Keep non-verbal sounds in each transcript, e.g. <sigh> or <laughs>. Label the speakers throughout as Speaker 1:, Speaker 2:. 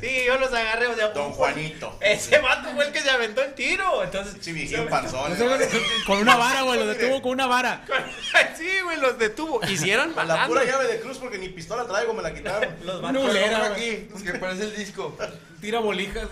Speaker 1: Sí, yo los agarré, o sea,
Speaker 2: Don Juanito.
Speaker 1: ese vato fue el que se aventó el tiro. Entonces,
Speaker 2: Sí, viejillo
Speaker 1: <laughs>
Speaker 2: panzón.
Speaker 3: Ese güey Con una vara, güey, lo detuvo con una vara.
Speaker 1: sí, güey, los detuvo. Hicieron
Speaker 2: Con la pura
Speaker 1: malandro.
Speaker 2: llave de cruz porque ni pistola traigo, me la quitaron.
Speaker 1: <laughs> Los vatos.
Speaker 3: No, güey.
Speaker 4: Pero
Speaker 3: Culera,
Speaker 4: ahora aquí, pues, que parece el disco.
Speaker 3: Tira bolijas.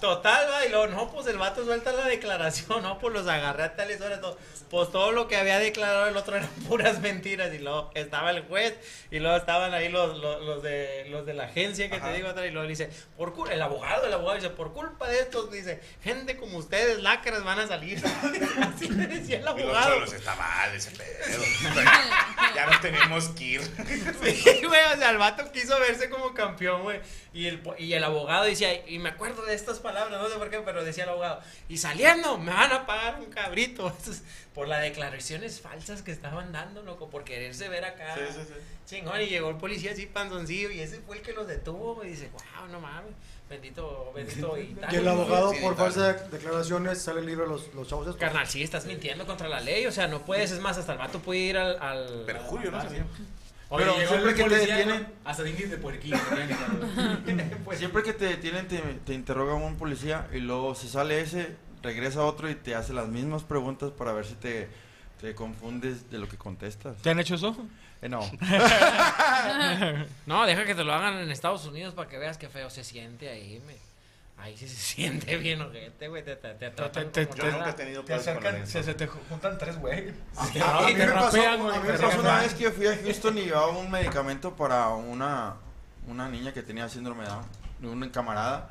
Speaker 1: Total, va, y luego, no, pues el vato suelta la declaración, no, pues los agarré a tales horas, todo. pues todo lo que había declarado el otro <laughs> eran puras mentiras, y luego estaba el juez, y luego estaban ahí los, los, los de, los de la agencia que
Speaker 2: Ajá.
Speaker 1: te digo atrás, y luego le dice, por cul- el abogado, el abogado dice, por culpa de estos, dice, gente como ustedes, lacras, van a salir, <laughs> así le decía el
Speaker 2: Y los
Speaker 1: abogado.
Speaker 2: cholos está mal ese pedo. <laughs> ya nos tenemos que ir.
Speaker 1: Sí, güey, o sea, el vato quiso verse como campeón, güey. Y el, po- y el abogado decía, y me acuerdo de estas palabras, no sé por qué, pero decía el abogado, y saliendo me van a pagar un cabrito. <laughs> Eso es por las declaraciones falsas que estaban dando, loco, por quererse ver acá.
Speaker 2: Sí, sí, sí.
Speaker 1: Chingón, y llegó el policía así panzoncillo, y ese fue el que los detuvo, güey. Y dice, wow, no mames, bendito,
Speaker 2: <laughs>
Speaker 1: bendito y tal.
Speaker 4: Y el abogado,
Speaker 2: Sí,
Speaker 4: por
Speaker 2: tal.
Speaker 4: falsas declaraciones, sale libre los, los chavos estos.
Speaker 1: Carnal, sí, estás mintiendo contra la ley, o sea, no puedes, es más, hasta el vato puede ir al... al
Speaker 2: Perjurio, ¿no? Sí.
Speaker 3: Oye,
Speaker 4: Pero
Speaker 3: llegó
Speaker 4: siempre
Speaker 3: el
Speaker 4: que te
Speaker 3: policía,
Speaker 4: detienen-
Speaker 3: ¿no? Hasta dije de puerquito. ya ni cabrón.
Speaker 1: Pues,
Speaker 5: Siempre que te detienen, te, te interroga un policía y luego se sale ese, regresa otro y te hace las mismas preguntas para ver si te, te confundes de lo que contestas.
Speaker 3: ¿Te han hecho eso?
Speaker 4: <laughs>
Speaker 5: Eh, no.
Speaker 1: No, deja que te lo hagan en Estados Unidos para que veas qué feo se siente ahí, me. Ahí sí se <laughs> siente bien ojete, güey. Te, te, te tratan
Speaker 3: te-
Speaker 1: como
Speaker 2: Yo
Speaker 3: te-
Speaker 1: nada.
Speaker 2: nunca he tenido
Speaker 4: Te
Speaker 2: problemas con
Speaker 4: acercan,
Speaker 2: eso. Ah,
Speaker 4: se, se te juntan tres, güey. a
Speaker 3: te
Speaker 4: mí me pasó,
Speaker 3: rapean, güey,
Speaker 4: a mí
Speaker 3: te
Speaker 4: me
Speaker 5: Pasó
Speaker 4: pasó
Speaker 5: una vez que yo fui a Houston y llevaba un medicamento para una, una niña que tenía síndrome de Down, de una camarada,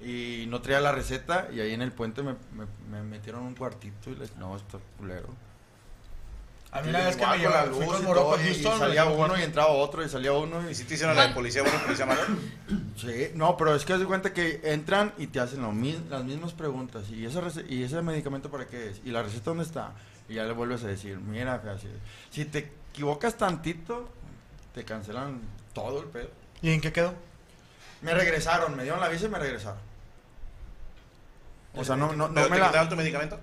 Speaker 5: y no traía la receta, y ahí en el puente me, me- me metieron un cuartito y le dije, no, está culero.
Speaker 4: A mí una vez que me
Speaker 5: Igual "Ah, con la
Speaker 4: llevaron, fui
Speaker 5: luz
Speaker 4: con
Speaker 5: y
Speaker 4: Morocco
Speaker 5: todo,
Speaker 4: a
Speaker 5: y- y
Speaker 4: Houston.
Speaker 5: salía
Speaker 4: güey.
Speaker 5: uno y entraba otro y salía uno.
Speaker 2: ¿Y
Speaker 5: y-
Speaker 2: si te hicieron la de policía bueno, policía malo?
Speaker 5: sí, no, pero es que haz de cuenta que entran y te hacen lo mis- las mismas preguntas. ¿Y, esa rece- ¿Y ese medicamento para qué es? ¿Y la receta dónde está? Y ya le vuelves a decir, mira, fea, si, si te equivocas tantito, te cancelan todo el pedo.
Speaker 4: ¿Y en qué quedó?
Speaker 5: Me regresaron, me dieron la visa y me regresaron. O sea, no,
Speaker 2: ¿Pero
Speaker 5: no, no
Speaker 2: te
Speaker 5: me
Speaker 2: quitaron
Speaker 5: la...
Speaker 2: tu medicamento?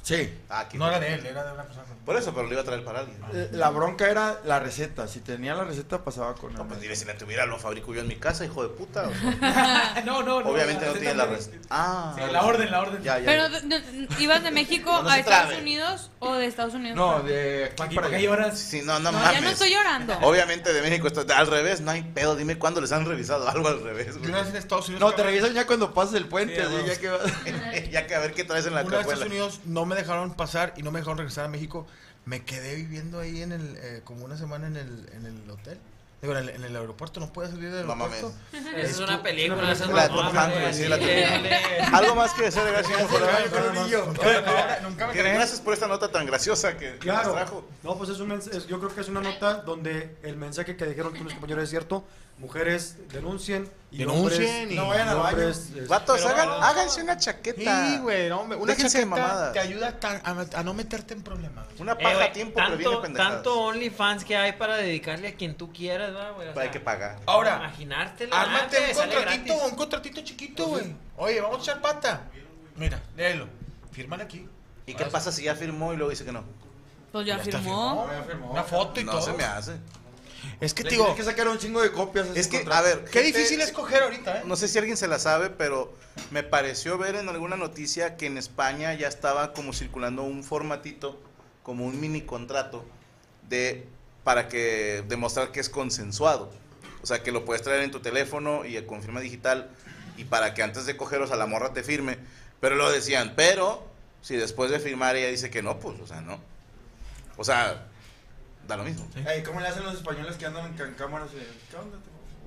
Speaker 5: Sí,
Speaker 2: Ah, aquí.
Speaker 4: No era de él, era de una persona.
Speaker 2: Por eso, pero lo iba a traer para alguien.
Speaker 5: Eh, la bronca era la receta. Si tenía la receta, pasaba con
Speaker 2: No, pues
Speaker 5: él.
Speaker 2: dile, si la tuviera lo fabrico yo en mi casa, hijo de puta. o sea,
Speaker 3: Ah, No, no, no.
Speaker 2: obviamente no tiene la
Speaker 3: receta.
Speaker 2: res. Ah,
Speaker 3: Sí, la orden, la orden.
Speaker 2: Ya, ya.
Speaker 6: Pero, ¿de- de- ¿ibas de México
Speaker 2: No, no
Speaker 6: a
Speaker 2: se
Speaker 6: Estados
Speaker 2: trabe.
Speaker 6: Unidos o de Estados Unidos?
Speaker 5: No, de
Speaker 3: Aquí,
Speaker 5: aquí para
Speaker 3: ¿para qué
Speaker 5: allá.
Speaker 3: lloras?
Speaker 2: Sí, no, no,
Speaker 6: No,
Speaker 2: mames.
Speaker 6: ya no estoy llorando.
Speaker 2: Obviamente de México está al revés, no hay pedo. Dime cuándo les han revisado algo al revés,
Speaker 4: Yo
Speaker 2: güey.
Speaker 4: una vez en Estados Unidos.
Speaker 5: No, te revisan ya cuando pases el puente.
Speaker 3: Sí,
Speaker 5: así,
Speaker 3: bueno.
Speaker 5: ya que
Speaker 2: <laughs>
Speaker 5: vas-
Speaker 2: ya que a ver qué traes en la
Speaker 4: Una vez en Estados
Speaker 2: cajuela.
Speaker 4: Unidos no me dejaron pasar y no me dejaron regresar a México. Me quedé viviendo ahí en el, eh, como una semana en el, en el hotel. Digo, en el, en el aeropuerto, no puedes salir del
Speaker 2: No mames.
Speaker 4: aeropuerto.
Speaker 1: Esa es una película. esa es
Speaker 2: La de
Speaker 1: mamá,
Speaker 2: Tom Hanks,
Speaker 1: güey, Eh,
Speaker 2: sí, la
Speaker 1: sí,
Speaker 2: Tom Hanks.
Speaker 1: dale.
Speaker 2: Algo más que desear, gracias. por haber-
Speaker 4: Yo creo que yo.
Speaker 2: Que Gracias por esta nota tan graciosa que, que nos
Speaker 4: Claro.
Speaker 2: trajo.
Speaker 4: No, pues es un mens- es- yo creo que es una nota donde el mensaje que dijeron que mis compañeros es cierto. Mujeres denuncien y este,
Speaker 2: Denuncien
Speaker 4: hombres,
Speaker 2: y-
Speaker 4: no vayan al
Speaker 2: y
Speaker 4: baño.
Speaker 2: hombres,
Speaker 4: es-
Speaker 2: Vatos,
Speaker 1: Pero
Speaker 2: hagan,
Speaker 1: bueno.
Speaker 2: háganse una chaqueta.
Speaker 4: Sí, güey, no, hombre, una
Speaker 2: Déjense de mamadas.
Speaker 4: chaqueta te ayuda tan- a, a no meterte en problemas. güey.
Speaker 2: Una
Speaker 1: Eh,
Speaker 2: paja
Speaker 1: güey,
Speaker 2: a tiempo previene
Speaker 1: tanto,
Speaker 2: pendejadas.
Speaker 1: tanto OnlyFans que hay para dedicarle a quien tú quieras, ¿verdad, güey? O
Speaker 2: Pero hay
Speaker 1: sea,
Speaker 2: que pagar.
Speaker 4: Ahora,
Speaker 1: Imaginártela.
Speaker 4: Ármate
Speaker 1: date,
Speaker 4: Ah, un
Speaker 1: sale
Speaker 4: contratito,
Speaker 1: gratis.
Speaker 4: un contratito chiquito, güey. Oye, vamos a echar pata. Mira, léelo. Fírmale aquí.
Speaker 2: ¿Y qué pasa si ya firmó y luego dice que no?
Speaker 6: Pues ya,
Speaker 4: Ya está
Speaker 6: firmó.
Speaker 4: Una foto y
Speaker 2: No
Speaker 4: todo.
Speaker 2: se me hace.
Speaker 4: Es que
Speaker 5: Le
Speaker 4: te digo,
Speaker 5: tienes que sacar un chingo de copias. a ese
Speaker 2: Es que,
Speaker 5: contrato.
Speaker 2: a ver.
Speaker 4: qué
Speaker 2: gente-
Speaker 4: difícil es coger ahorita, ¿eh?
Speaker 2: No sé si alguien se la sabe, pero me pareció ver en alguna noticia que en España ya estaba como circulando un formatito, como un mini contrato, de para que demostrar que es consensuado. O sea, que lo puedes traer en tu teléfono y con firma digital y para que antes de cogeros a la morra te firme. Pero lo decían, pero si después de firmar ella dice que no, pues, o sea, no. O sea, da lo mismo.
Speaker 5: Ey, ¿Cómo le hacen los españoles que andan con cámaras? eh? ¿Qué onda?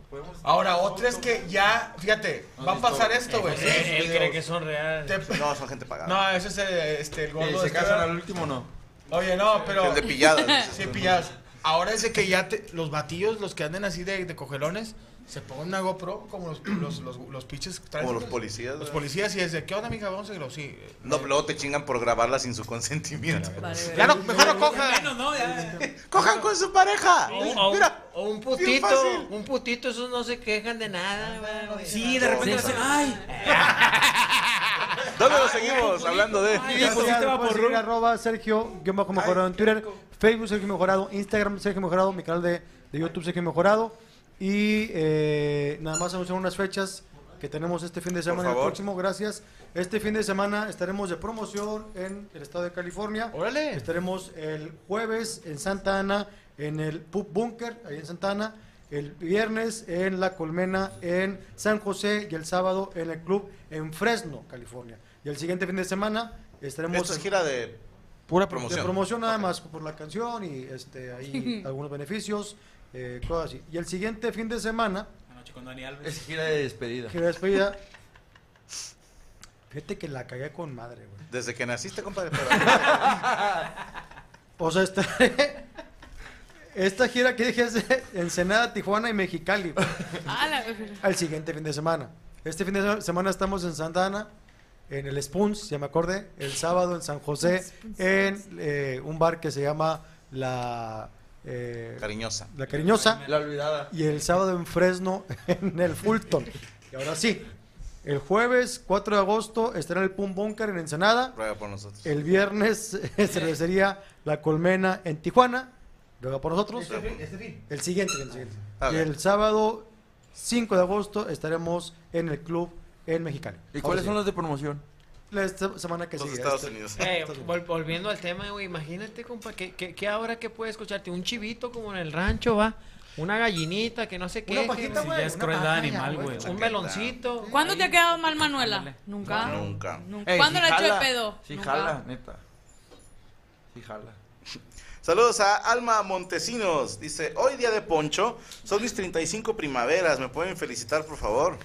Speaker 5: ¿Podemos- Eh,
Speaker 4: Ahora, otra es que ya, fíjate,
Speaker 5: No,
Speaker 4: va a
Speaker 5: sí,
Speaker 4: pasar
Speaker 5: todo.
Speaker 4: esto, güey. Este
Speaker 1: Eh, <laughs> Él cree que son reales.
Speaker 4: Te-
Speaker 2: No, son gente pagada.
Speaker 4: No, ese es el, este, el
Speaker 5: Sí,
Speaker 4: gordo.
Speaker 5: ¿Se
Speaker 4: este,
Speaker 5: casan al
Speaker 4: ¿verdad?
Speaker 5: último o no?
Speaker 4: Oye, no, pero...
Speaker 2: El
Speaker 4: <laughs>
Speaker 2: de pilladas. dices
Speaker 4: Sí,
Speaker 2: tú, ¿no?
Speaker 4: pillas. Ahora es de que ya te- los batillos, los que anden así de, de cogelones, se pongan una GoPro como los, los, los, los pinches que traen-
Speaker 2: Como los policías,
Speaker 4: Los
Speaker 2: ¿verdad?
Speaker 4: policías y es de, ¿qué onda, mija? Vamos a irlo, sí. eh,
Speaker 2: No, luego te chingan por grabarla sin su consentimiento.
Speaker 6: Vale,
Speaker 4: Ya
Speaker 6: vale.
Speaker 4: no, mejor no cojan.
Speaker 3: Bueno, no, ya.
Speaker 2: ¡Cojan con su pareja!
Speaker 1: O, un- o un-
Speaker 2: Mira,
Speaker 1: o un
Speaker 2: bien
Speaker 1: putito,
Speaker 2: fácil.
Speaker 1: un putito, esos no se quejan de nada, güey.
Speaker 3: Sí, de repente
Speaker 1: Sí.
Speaker 3: hacen, ay.
Speaker 2: ¿dónde lo
Speaker 6: Ah,
Speaker 2: seguimos? Hablando de...
Speaker 3: Ay, dijo, sí te va por
Speaker 7: seguir
Speaker 3: ru-
Speaker 7: arroba Sergio guión bajo mejorado en Twitter, Facebook Sergio Mejorado, Instagram Sergio Mejorado, mi canal de, de YouTube Sergio Mejorado. Y eh, nada más anunciar unas fechas. que tenemos este fin de semana y el
Speaker 8: favor.
Speaker 7: próximo. Gracias. Este fin de semana estaremos de promoción en el estado de California.
Speaker 1: Órale.
Speaker 7: Estaremos el jueves en Santa Ana, en el Pub Bunker, ahí en Santa Ana. El viernes en La Colmena, en San José. Y el sábado en el club en Fresno, California. Y el siguiente fin de semana estaremos
Speaker 2: Esto es gira de
Speaker 4: Pura
Speaker 2: promoción.
Speaker 7: de promoción nada más por la canción y este hay algunos beneficios, eh, cosas así. Y el siguiente fin de semana,
Speaker 3: Anoche con Dani
Speaker 5: Es
Speaker 3: Alves.
Speaker 5: gira de despedida.
Speaker 7: que la despedida. Fíjate que la cagué con madre, güey.
Speaker 2: Desde que naciste,
Speaker 6: <laughs>
Speaker 2: compadre. Pero,
Speaker 7: O sea, esta, <laughs> esta gira que dije es de Ensenada, Tijuana y Mexicali. güey,
Speaker 6: Ah, la-
Speaker 7: Al siguiente fin de semana. Este fin de semana estamos en Santa Ana, en el Spoons, ya me acordé. El sábado en San José, en eh, un bar que se llama La, eh,
Speaker 2: cariñosa.
Speaker 7: la Cariñosa.
Speaker 5: La olvidada.
Speaker 7: Y el sábado en Fresno, <laughs> en el Fulton. Y ahora sí, el jueves 4 de agosto estará en el Pum Bunker en Ensenada.
Speaker 2: Ruega por nosotros.
Speaker 7: El viernes <laughs> eh, cervecería La Colmena en Tijuana. Luego por nosotros. El siguiente, el siguiente.
Speaker 2: A
Speaker 7: Y
Speaker 2: ver.
Speaker 7: el sábado 5 de agosto estaremos en el club en Mexicali.
Speaker 5: ¿Y cuáles son
Speaker 7: Ahora
Speaker 5: los de promoción?
Speaker 7: sí, la esta semana que
Speaker 2: Los
Speaker 7: sigue?
Speaker 2: Estados
Speaker 7: este-
Speaker 2: Unidos.
Speaker 1: <laughs> Eh, vol- volviendo al tema, güey, imagínate, compa, que, que, que ahora que puede escucharte un chivito como en el rancho, va, una gallinita, que no sé qué,
Speaker 7: Este, Una
Speaker 1: que-
Speaker 7: pajita,
Speaker 3: Si
Speaker 7: güey.
Speaker 3: ya es
Speaker 7: una
Speaker 3: crueldad
Speaker 7: paja, ya,
Speaker 3: animal, güey.
Speaker 2: chaqueta.
Speaker 1: un meloncito.
Speaker 6: ¿Cuándo te ha
Speaker 1: Ahí.
Speaker 6: quedado mal Manuela? Nunca.
Speaker 2: Nunca.
Speaker 6: Nunca.
Speaker 5: Ey,
Speaker 6: ¿Cuándo
Speaker 5: sí
Speaker 6: la echó de
Speaker 5: jala,
Speaker 6: pedo?
Speaker 5: Sí,
Speaker 6: Nunca.
Speaker 5: jala, neta. Sí, jala.
Speaker 2: Saludos a Alma Montesinos. Dice, hoy día de poncho, son mis 35 primaveras. ¿Me pueden felicitar, por favor?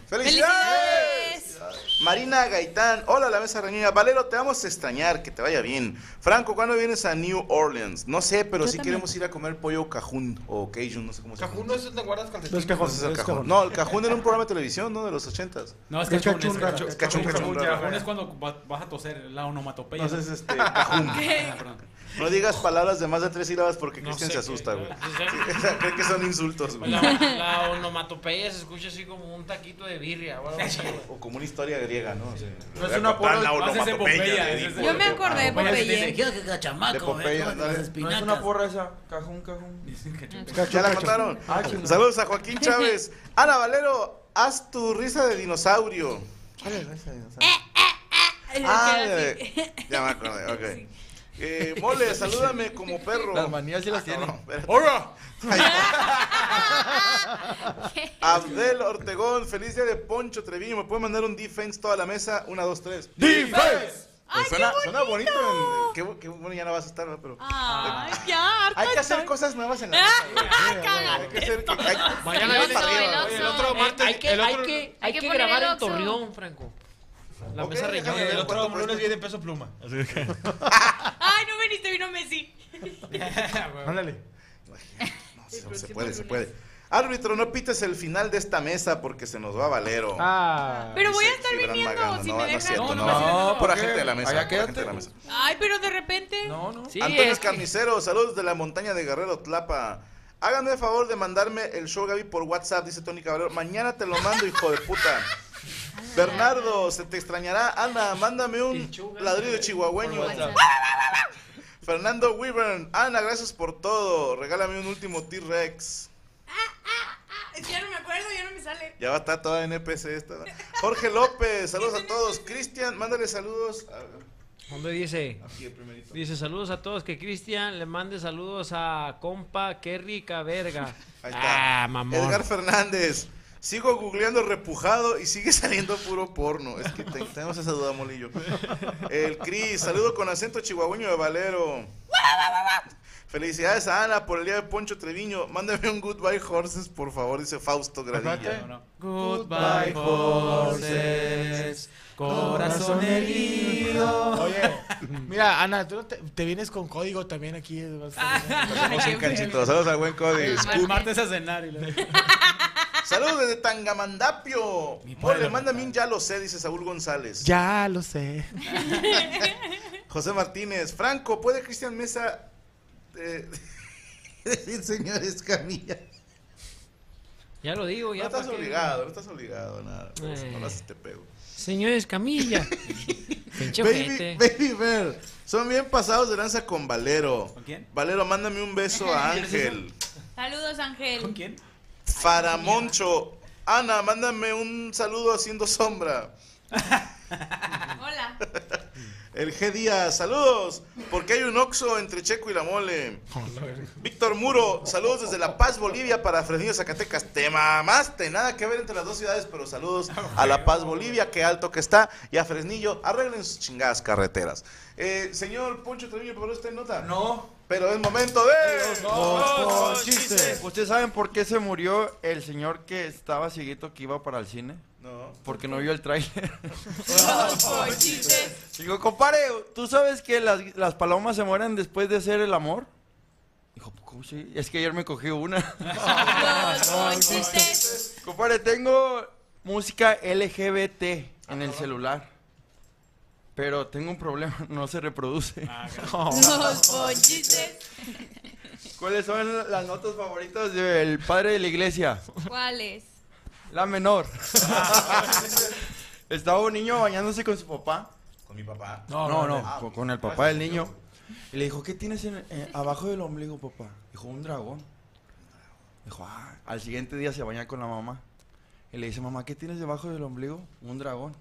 Speaker 6: ¡Felicidades!
Speaker 2: Marina Gaitán, hola la mesa reñida. Valero, te vamos a extrañar, que te vaya bien. Franco, ¿cuándo vienes a New Orleans? No sé, pero
Speaker 6: Yo
Speaker 2: sí
Speaker 6: también.
Speaker 2: queremos ir a comer pollo cajún o cajun, no sé cómo se
Speaker 4: Cajún
Speaker 2: llama.
Speaker 4: no es donde guardas
Speaker 7: Los
Speaker 4: calcetines.
Speaker 7: cajones.
Speaker 2: Entonces, el
Speaker 7: los
Speaker 2: cajún.
Speaker 7: cajones.
Speaker 2: No, el cajún era un programa de televisión, ¿no? De los ochentas.
Speaker 3: No, es
Speaker 7: Es
Speaker 3: cachón. Es
Speaker 7: cachurra,
Speaker 3: cachón.
Speaker 2: es cachón, cachón,
Speaker 3: Cachón
Speaker 2: cachón.
Speaker 3: es cuando va- vas a toser la onomatopeya.
Speaker 2: Entonces, este, cajún.
Speaker 3: Ah, perdón.
Speaker 2: No digas palabras de más de tres sílabas porque
Speaker 1: No
Speaker 2: Cristian
Speaker 1: sé
Speaker 2: se
Speaker 1: qué-
Speaker 2: asusta, güey.
Speaker 1: Sí,
Speaker 2: O sea, cree que son insultos,
Speaker 1: sí.
Speaker 2: güey.
Speaker 1: La, la onomatopeya se escucha así como un taquito de birria. o algo así, güey.
Speaker 2: O como una historia griega, ¿no? O sea,
Speaker 5: No es
Speaker 2: voy a
Speaker 5: una
Speaker 2: contar
Speaker 5: polo-
Speaker 2: la
Speaker 5: no
Speaker 3: haces
Speaker 2: onomatopeya
Speaker 3: epopeya,
Speaker 2: de
Speaker 3: es
Speaker 2: Edipo.
Speaker 3: ese-
Speaker 6: Yo me acordé
Speaker 2: Ah,
Speaker 6: de
Speaker 3: Oye, si te
Speaker 6: Popeye.
Speaker 2: De Popeye, ándale.
Speaker 5: No es una porra esa. Cajón, cajón.
Speaker 3: Dicen cachón.
Speaker 2: Ya la contaron.
Speaker 5: Ah, chingada.
Speaker 2: Saludos a Joaquín Chávez. Ana Valero, haz tu risa de dinosaurio.
Speaker 6: Ay,
Speaker 2: Ah,
Speaker 6: era así.
Speaker 2: de- ya me acordé, ok.
Speaker 6: <laughs>
Speaker 2: Eh, mole, salúdame como perro.
Speaker 5: Las manías sí las
Speaker 2: Ah,
Speaker 5: tienen.
Speaker 2: cabrón, espérate.
Speaker 3: ¡Hola!
Speaker 2: <laughs> Abdel Ortegón, feliz día de Poncho Treviño. ¿Me puede mandar un defense toda la mesa? Una, dos, tres.
Speaker 5: ¡Defense!
Speaker 6: ¡Ay, qué
Speaker 2: Pues suena, suena bonito.
Speaker 6: bonito!
Speaker 2: en- qué, bu- qué bueno, ya no vas a estar, ¿no? pero.
Speaker 6: Ay, ya, harta
Speaker 2: Hay que hacer
Speaker 6: estoy. Ah,
Speaker 2: cosas nuevas en la mesa. güey. Hay que hacer. hay-
Speaker 1: Mañana
Speaker 2: hay-
Speaker 1: viene
Speaker 2: para arriba,
Speaker 1: el-
Speaker 2: güey.
Speaker 1: el otro
Speaker 9: Oye,
Speaker 1: martes.
Speaker 9: hay que-
Speaker 1: el
Speaker 9: hay
Speaker 1: otro-
Speaker 9: que- hay
Speaker 1: hay
Speaker 9: que
Speaker 1: que
Speaker 9: poner
Speaker 1: grabar
Speaker 9: el
Speaker 1: en
Speaker 9: Oxxo.
Speaker 1: Torreón, Franco. La
Speaker 2: Ok,
Speaker 1: mesa
Speaker 2: déjame
Speaker 1: reñida.
Speaker 2: ver
Speaker 4: El
Speaker 2: cuánto
Speaker 4: otro
Speaker 2: cuesta.
Speaker 4: lunes viene peso pluma.
Speaker 6: Ay, no viniste, vino Messi.
Speaker 1: <laughs>
Speaker 7: Ándale.
Speaker 2: No, se- se puede, se puede. Árbitro, no pites el final de esta mesa porque se nos va Valero.
Speaker 7: Ah.
Speaker 6: Pero voy a
Speaker 2: Dice
Speaker 6: estar
Speaker 2: Gibran
Speaker 6: viniendo
Speaker 2: Magana.
Speaker 6: si
Speaker 2: no,
Speaker 6: me
Speaker 2: no es
Speaker 6: dejan.
Speaker 2: cierto,
Speaker 3: No,
Speaker 2: no.
Speaker 3: no me hacen nada.
Speaker 2: Pura
Speaker 5: ¿Qué?
Speaker 2: gente de la mesa.
Speaker 5: Allá
Speaker 2: pura gente
Speaker 5: quédate.
Speaker 2: de la mesa.
Speaker 6: Ay, pero de repente.
Speaker 5: No, no.
Speaker 1: Sí,
Speaker 2: Antonio
Speaker 1: es que-
Speaker 2: Carnicero, saludos de la montaña de Guerrero Tlapa. Háganme el favor de mandarme el show Gaby por WhatsApp, dice Tony Caballero. Mañana te lo mando, hijo de puta. Bernardo, se te extrañará. Ana, mándame un ladrillo chihuahueño. Fernando Weaver, Ana, gracias por todo. Regálame un último T-Rex.
Speaker 6: Ya no me acuerdo, ya no me sale.
Speaker 2: Ya va a estar toda NPC esta. ¿no? Jorge López, saludos a todos. Cristian, mándale saludos. A ver,
Speaker 1: Hombre, dice.
Speaker 2: aquí el primerito.
Speaker 1: Dice saludos a todos. Que Cristian le mande saludos a compa. Qué rica verga.
Speaker 2: <laughs> Ahí está.
Speaker 1: Ah, mamón.
Speaker 2: Edgar Fernández. Sigo googleando repujado y sigue <laughs> saliendo puro porno. Es que te- tenemos esa duda, Molillo. El Cris, saludo con acento chihuahueño de Valero. Felicidades a Ana por el día de Poncho Treviño. Mándame un goodbye horses, por favor, dice Fausto
Speaker 3: <laughs>
Speaker 2: Gradilla.
Speaker 3: Goodbye, horses. Corazón herido.
Speaker 4: Oye, <laughs> mira, Ana, tú no te, te vienes con código también aquí. vas a-
Speaker 2: Estamos en Canchito. Saludos al buen
Speaker 6: Ah,
Speaker 2: Cody.
Speaker 3: El martes a cenar. y luego-
Speaker 2: Saludos desde Tangamandapio.
Speaker 3: Mi pueblo
Speaker 2: Mole, mándame
Speaker 3: natal.
Speaker 2: un ya lo sé, dice Saúl González.
Speaker 4: Ya lo sé.
Speaker 2: José Martínez, Franco, ¿puede Cristian Mesa eh, <laughs> decir señores Camilla?
Speaker 1: Ya lo digo,
Speaker 2: No
Speaker 1: ya.
Speaker 2: estás
Speaker 1: ¿pa' qué?
Speaker 2: obligado, no estás obligado a nada. pues,
Speaker 1: Eh.
Speaker 2: No lo haces, te pego.
Speaker 1: Señores, Camilla.
Speaker 2: <laughs>
Speaker 1: Pinche
Speaker 2: Baby,
Speaker 1: ojete.
Speaker 2: Baby Bear, son bien pasados de lanza con Valero.
Speaker 3: ¿Con quién?
Speaker 1: <laughs>
Speaker 2: Valero, mándame un beso a Ángel.
Speaker 6: Saludos, Ángel.
Speaker 3: ¿Con quién?
Speaker 2: Faramoncho. Ana, mándame un saludo haciendo sombra.
Speaker 6: Hola.
Speaker 2: El G Díaz, saludos. Porque hay un oxo entre Checo y la mole. Víctor Muro, saludos desde La Paz, Bolivia, para Fresnillo, Zacatecas. Te mamaste, nada que ver entre las dos ciudades, pero saludos a La Paz, Bolivia, que alto que está, y a Fresnillo, arreglen sus chingadas carreteras. Eh, señor Poncho Treviño, ¿preparó usted nota?
Speaker 5: No.
Speaker 2: Pero es momento de...
Speaker 5: Los chistes. ¿Ustedes saben por qué se murió el señor que estaba cieguito que iba para el cine?
Speaker 2: No.
Speaker 5: Porque no vio el tráiler.
Speaker 6: Los pochites.
Speaker 5: Digo, compadre, ¿tú sabes que las, las palomas se mueren después de hacer el amor? Dijo, ¿cómo sí? Es que ayer me cogí una. <laughs>
Speaker 6: Los pochites.
Speaker 5: compadre, tengo música LGBT en el celular. Pero tengo un problema, <laughs> no se reproduce.
Speaker 3: Ah.
Speaker 6: Los pochites.
Speaker 5: ¿Cuáles son las notas favoritas del padre de la iglesia?
Speaker 6: ¿Cuáles?
Speaker 5: La menor. <laughs> Estaba un niño bañándose con su papá.
Speaker 2: <laughs> Con mi papá.
Speaker 5: No, no,
Speaker 2: Ah,
Speaker 5: con- con el papá del niño. Y le dijo, ¿qué tienes en- eh, abajo del ombligo, papá? Dijo, un dragón. Dijo, ah, al siguiente día se baña con la mamá. Y le dice, mamá, ¿qué tienes debajo del ombligo? Un dragón.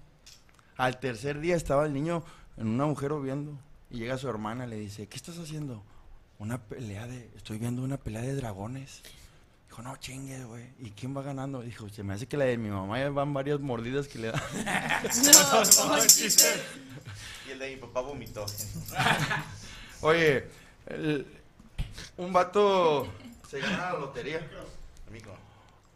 Speaker 5: Al tercer día estaba el niño en un agujero viendo. Y llega su hermana y le dice, ¿qué estás haciendo? Una pelea de, estoy viendo una pelea de dragones. Dijo, no chingues, güey. ¿Y quién va ganando? Dijo, se me hace que la de mi mamá ya van varias mordidas que le da.
Speaker 6: Los pochites.
Speaker 2: Y el de mi papá vomitó.
Speaker 5: Oye, el- un vato se gana la lotería.
Speaker 2: Amigo.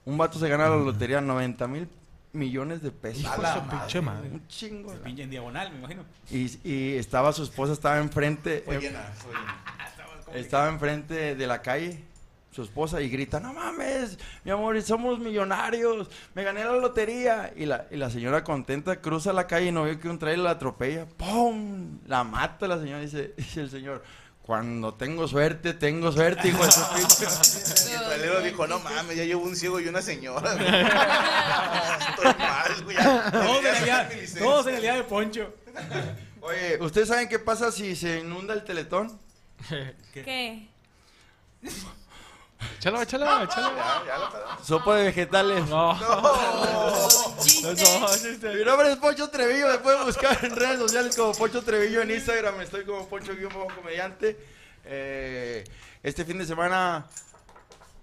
Speaker 5: Un vato se gana la lotería 90 mil millones de pesos.
Speaker 2: A la madre.
Speaker 5: Un chingo. de lana.
Speaker 3: Pinche en diagonal, me imagino.
Speaker 5: Y, y estaba su esposa, estaba enfrente,
Speaker 2: Fue
Speaker 5: em-
Speaker 2: llena, fue llena.
Speaker 5: estaba enfrente de la calle, su esposa, y grita, no mames, mi amor, y somos millonarios, me gané la lotería. Y la, y la señora contenta cruza la calle y no vio que un trailer la atropella, ¡pum! La mata la señora, dice, dice el señor, cuando tengo suerte, tengo suerte, hijo de su pinche".
Speaker 2: Y el trailero dijo, no mames, ya llevo un ciego y una señora. güey. Estoy mal, güey. ya
Speaker 3: Todos en,
Speaker 2: debería
Speaker 3: el
Speaker 2: sacar
Speaker 3: día,
Speaker 2: mi licencia.
Speaker 3: todos en el día de Poncho.
Speaker 5: Oye, ¿ustedes saben qué pasa si se inunda el teletón?
Speaker 6: ¿Qué?
Speaker 8: Échalo, échalo, échalo.
Speaker 2: Ya, ya la pagamos.
Speaker 5: Sopa de vegetales.
Speaker 6: Chistes.
Speaker 5: Mi nombre es Poncho Trevillo, me pueden buscar en redes sociales como Poncho Trevillo en Instagram, estoy como Poncho Guión Bajo Comediante. Eh, este fin de semana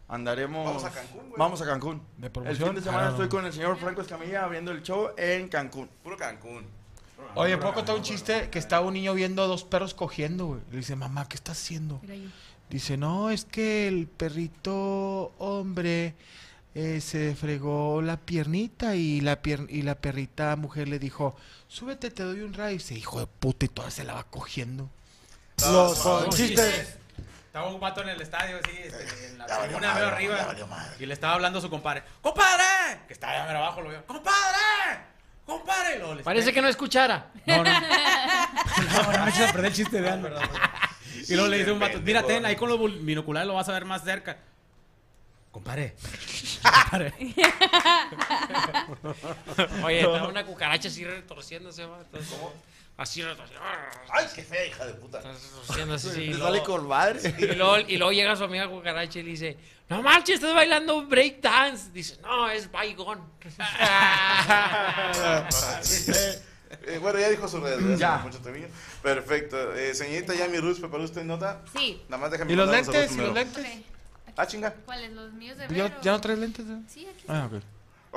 Speaker 5: andaremos...
Speaker 2: Vamos a Cancún, güey.
Speaker 5: Vamos a Cancún.
Speaker 8: ¿De
Speaker 5: El
Speaker 8: promoción?
Speaker 5: fin de semana
Speaker 8: Ah, no,
Speaker 5: estoy
Speaker 8: no.
Speaker 5: con el señor Franco Escamilla abriendo el show en Cancún.
Speaker 2: Puro Cancún.
Speaker 8: Oye, ¿puedo contar un chiste? Que estaba un niño viendo a dos perros cogiendo, güey. Le dice, mamá, ¿qué estás haciendo? Dice, no, es que el perrito hombre eh, se fregó la piernita y la, pier- y la perrita mujer le dijo, súbete, te doy un ride. Y dice, hijo de puta, y toda se la va cogiendo.
Speaker 7: Los ponchistes.
Speaker 3: Estaba un vato en el estadio, así, este, en la
Speaker 2: Ya valió
Speaker 3: tribuna
Speaker 2: madre,
Speaker 3: veo
Speaker 2: ya
Speaker 3: arriba.
Speaker 2: valió madre.
Speaker 3: Y le estaba hablando a su compadre. ¡Compadre! Que estaba allá mero abajo, lo vio. ¡Compadre! ¡Compadre! Y luego le-
Speaker 8: Parece que no escuchara.
Speaker 3: No, no. no, no me eches a perder el chiste de Ana. Y luego le dice un vato, mira, ten, ahí con los bul- binoculares lo vas a ver más cerca. Compadre. Compadre.
Speaker 8: Oye, estaba una cucaracha así retorciéndose, va. Entonces, Así retorciéndose.
Speaker 2: Ay, qué fea, hija de puta. <laughs>
Speaker 8: retorciéndose así.
Speaker 5: Te
Speaker 8: y
Speaker 5: sale
Speaker 8: luego-
Speaker 5: colmadre.
Speaker 8: Y luego, y luego llega su amiga cucaracha y le dice, no manches, estás bailando break dance. Dice, no, es
Speaker 2: <laughs>
Speaker 8: bygone.
Speaker 2: Eh, bueno, ya dijo su red.
Speaker 5: Ya.
Speaker 2: Mucho Treviño. Perfecto. Eh, señorita Yami Ruth, ¿preparó usted nota?
Speaker 9: Sí.
Speaker 2: Nada más déjame
Speaker 8: ¿Y los
Speaker 2: mandar un
Speaker 8: lentes? ¿Y
Speaker 2: saludo
Speaker 8: los
Speaker 2: primero.
Speaker 8: lentes?
Speaker 2: Ah, chinga.
Speaker 9: ¿Cuáles? ¿Los míos de
Speaker 8: ¿Ya,
Speaker 9: ver o-
Speaker 8: ya no traes lentes? eh?
Speaker 9: Sí, aquí.
Speaker 8: Ah, ok.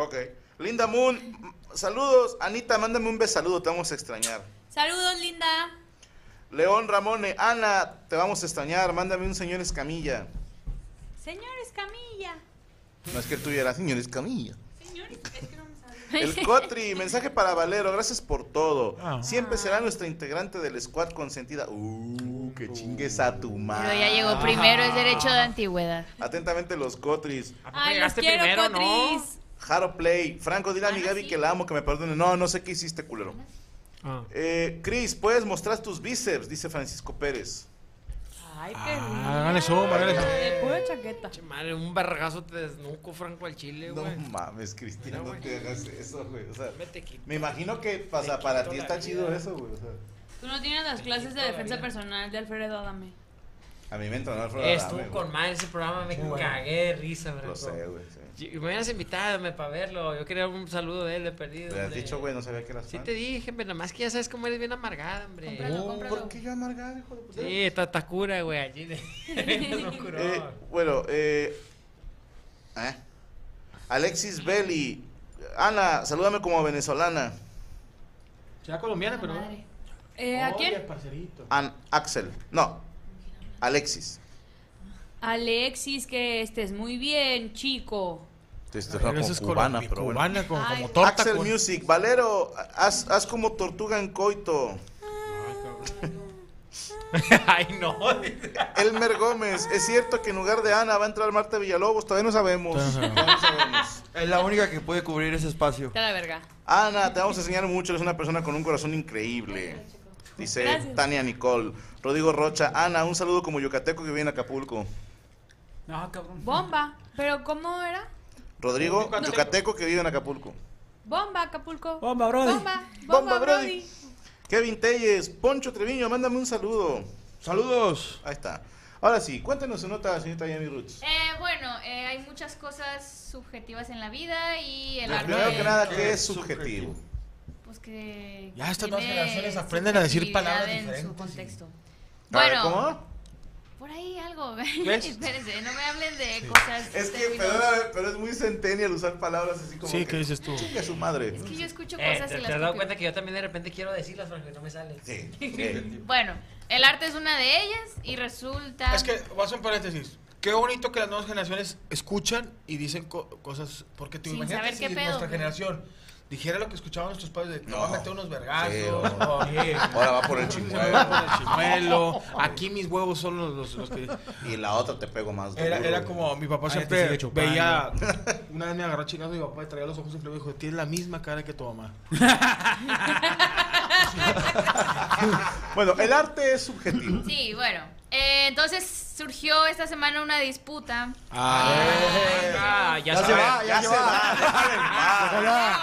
Speaker 2: Ok. Linda Moon, m- saludos. Anita, mándame un besaludo, te vamos a extrañar.
Speaker 6: Saludos, linda.
Speaker 2: León Ramone, Ana, te vamos a extrañar. Mándame un señor Escamilla.
Speaker 6: Señores, Camilla.
Speaker 2: No es que el tuyo era señor Escamilla.
Speaker 6: Señores, es que no me sale.
Speaker 9: <laughs>
Speaker 2: El Cotri, mensaje para Valero, gracias por todo.
Speaker 8: Ah.
Speaker 2: Siempre será nuestra integrante del squad consentida. Uh, que chingues a tu
Speaker 9: Pero
Speaker 2: madre.
Speaker 9: ya llegó primero, es derecho de antigüedad.
Speaker 2: Atentamente los Cotris.
Speaker 8: ¿A poco
Speaker 6: Ay, los
Speaker 8: llegaste
Speaker 6: quiero,
Speaker 8: primero, no?
Speaker 6: Cotris.
Speaker 2: Jaro Play, Franco, dile a mi
Speaker 6: Ah,
Speaker 2: Gaby
Speaker 6: sí.
Speaker 2: que la amo, que me perdone. No, no sé qué hiciste, culero.
Speaker 8: Ah.
Speaker 2: Eh, Cris, puedes mostrar tus bíceps, dice Francisco Pérez.
Speaker 6: Ay,
Speaker 8: Ah, háganle zoom, háganle zoom.
Speaker 6: De Eh, pura chaqueta.
Speaker 8: Che, madre, un vergazo te desnuco, Franco, al chile,
Speaker 2: No
Speaker 8: güey.
Speaker 2: mames, Cristina,
Speaker 8: Mira,
Speaker 2: no
Speaker 8: güey.
Speaker 2: te hagas eso, güey. O sea,
Speaker 8: Vete aquí.
Speaker 2: me imagino que o sea, para ti está chido eso, güey. o sea.
Speaker 6: Tú no tienes las clases de defensa personal de Alfredo Adame.
Speaker 2: A mí me entrenó Alfredo Adame,
Speaker 1: Estuvo
Speaker 2: güey.
Speaker 1: con madre ese programa, me
Speaker 4: bueno.
Speaker 1: cagué de risa,
Speaker 2: Lo
Speaker 1: Branco.
Speaker 2: sé, güey. sí.
Speaker 1: Y- Me hubieras invitado, me, para verlo. Yo quería un saludo de él, de perdido.
Speaker 2: Le has
Speaker 1: hombre.
Speaker 2: dicho, güey, no Uh, sabía que eras
Speaker 1: Sí
Speaker 2: fan.
Speaker 1: te dije, pero nada más que ya sabes cómo eres bien amargada, hombre.
Speaker 9: Cómpralo, cómpralo.
Speaker 2: ¿Por qué yo amargado, hijo de puta?
Speaker 1: Sí, está tacura, güey, allí. <laughs>
Speaker 9: <laughs>
Speaker 1: de- Es oscuro.
Speaker 2: Eh, bueno, eh, ¿eh? Alexis Belli. Ana, salúdame como venezolana.
Speaker 8: Será colombiana, pero. Oh,
Speaker 9: Madre.
Speaker 6: Eh, ¿A
Speaker 8: Oye,
Speaker 6: quién?
Speaker 8: parcerito.
Speaker 2: An Axel. No, Alexis.
Speaker 6: Alexis, que estés muy bien, chico.
Speaker 2: Esto
Speaker 8: Pero eso es cubana,
Speaker 2: pero bueno.
Speaker 8: cubana como,
Speaker 6: Ay.
Speaker 8: como torta.
Speaker 2: Axel
Speaker 8: con-
Speaker 2: Music. Valero, haz, haz como tortuga en coito.
Speaker 1: Ay, no.
Speaker 2: Elmer Gómez. Es cierto que en lugar de Ana va a entrar Marta Villalobos. Todavía no sabemos.
Speaker 5: Todavía no
Speaker 2: Todavía no sabemos.
Speaker 5: Es la única que puede cubrir ese espacio.
Speaker 6: Está la verga.
Speaker 2: Ana, te vamos a enseñar mucho. Eres una persona con un corazón increíble. Dice
Speaker 6: Gracias.
Speaker 2: Tania Nicole. Rodrigo Rocha. Ana, un saludo como yucateco que viene a Acapulco.
Speaker 3: No, cabrón.
Speaker 6: Bomba. ¿Pero cómo era?
Speaker 2: Rodrigo, yucateco que vive en Acapulco.
Speaker 6: Bomba, Acapulco.
Speaker 3: Bomba, Brody.
Speaker 6: Bomba,
Speaker 2: Bomba,
Speaker 6: bomba,
Speaker 2: Brody.
Speaker 6: Brody.
Speaker 2: Kevin Telles, Poncho Treviño, mándame un saludo.
Speaker 5: Saludos.
Speaker 2: Ahí está. Ahora sí, cuéntenos su nota, señorita Yami Roots.
Speaker 9: Eh, bueno, eh, hay muchas cosas subjetivas en la vida y el
Speaker 8: Pues
Speaker 9: arte.
Speaker 2: Primero que nada, ¿qué
Speaker 5: ¿qué
Speaker 2: es
Speaker 5: es
Speaker 2: subjetivo?
Speaker 9: Pues que.
Speaker 8: Ya estas
Speaker 9: tiene
Speaker 8: nuevas generaciones aprenden a decir
Speaker 9: subjetividad
Speaker 8: palabras
Speaker 9: En su
Speaker 8: diferentes y-
Speaker 9: contexto.
Speaker 2: A ver,
Speaker 9: Bueno,
Speaker 2: ¿Cómo?
Speaker 9: por ahí algo. <laughs>
Speaker 8: ¿Ves?
Speaker 9: Espérense, no me hablen de cosas.
Speaker 2: Es que,
Speaker 9: términos.
Speaker 2: perdón, pero es muy centennial usar palabras así como.
Speaker 8: Sí,
Speaker 2: que
Speaker 8: ¿qué dices tú?
Speaker 2: "Chinga su madre.
Speaker 9: Es que yo escucho
Speaker 1: Eh,
Speaker 9: cosas
Speaker 1: te, te
Speaker 9: y las.
Speaker 1: has dado
Speaker 9: copio.
Speaker 1: cuenta que yo también de repente quiero decirlas, porque no me sale.
Speaker 2: Sí.
Speaker 9: <laughs>
Speaker 2: sí.
Speaker 9: Bueno, el arte es una de ellas y resulta.
Speaker 8: Es que, voy a hacer un paréntesis. Qué bonito que las nuevas generaciones escuchan y dicen co- cosas. Porque tú
Speaker 9: Sin
Speaker 8: imagínate
Speaker 9: saber
Speaker 8: si
Speaker 9: qué pedo,
Speaker 8: nuestra
Speaker 9: güey.
Speaker 8: generación dijera lo que escuchaban nuestros padres de que
Speaker 2: No.
Speaker 8: van a meter unos vergazos.
Speaker 2: Sí,
Speaker 8: o-
Speaker 2: Ahora va por el
Speaker 8: Se me
Speaker 2: chinguero.
Speaker 8: va por el chimuelo, Aquí mis huevos son los, los- los que.
Speaker 2: Y la otra te pego más.
Speaker 8: Era,
Speaker 2: duro,
Speaker 8: era
Speaker 2: güey.
Speaker 8: como mi papá
Speaker 3: Ay, te
Speaker 8: siempre
Speaker 3: sigue chupando.
Speaker 8: veía. Una vez me agarró chingando mi papá y traía los ojos siempre me dijo: Tienes la misma cara que tu mamá.
Speaker 2: Bueno, el arte es subjetivo.
Speaker 9: Sí, bueno. eh, entonces surgió esta semana una disputa.
Speaker 1: <laughs> Ah, ya,
Speaker 5: Ya se
Speaker 1: sabes.
Speaker 5: va, ya se va.
Speaker 7: Déjala.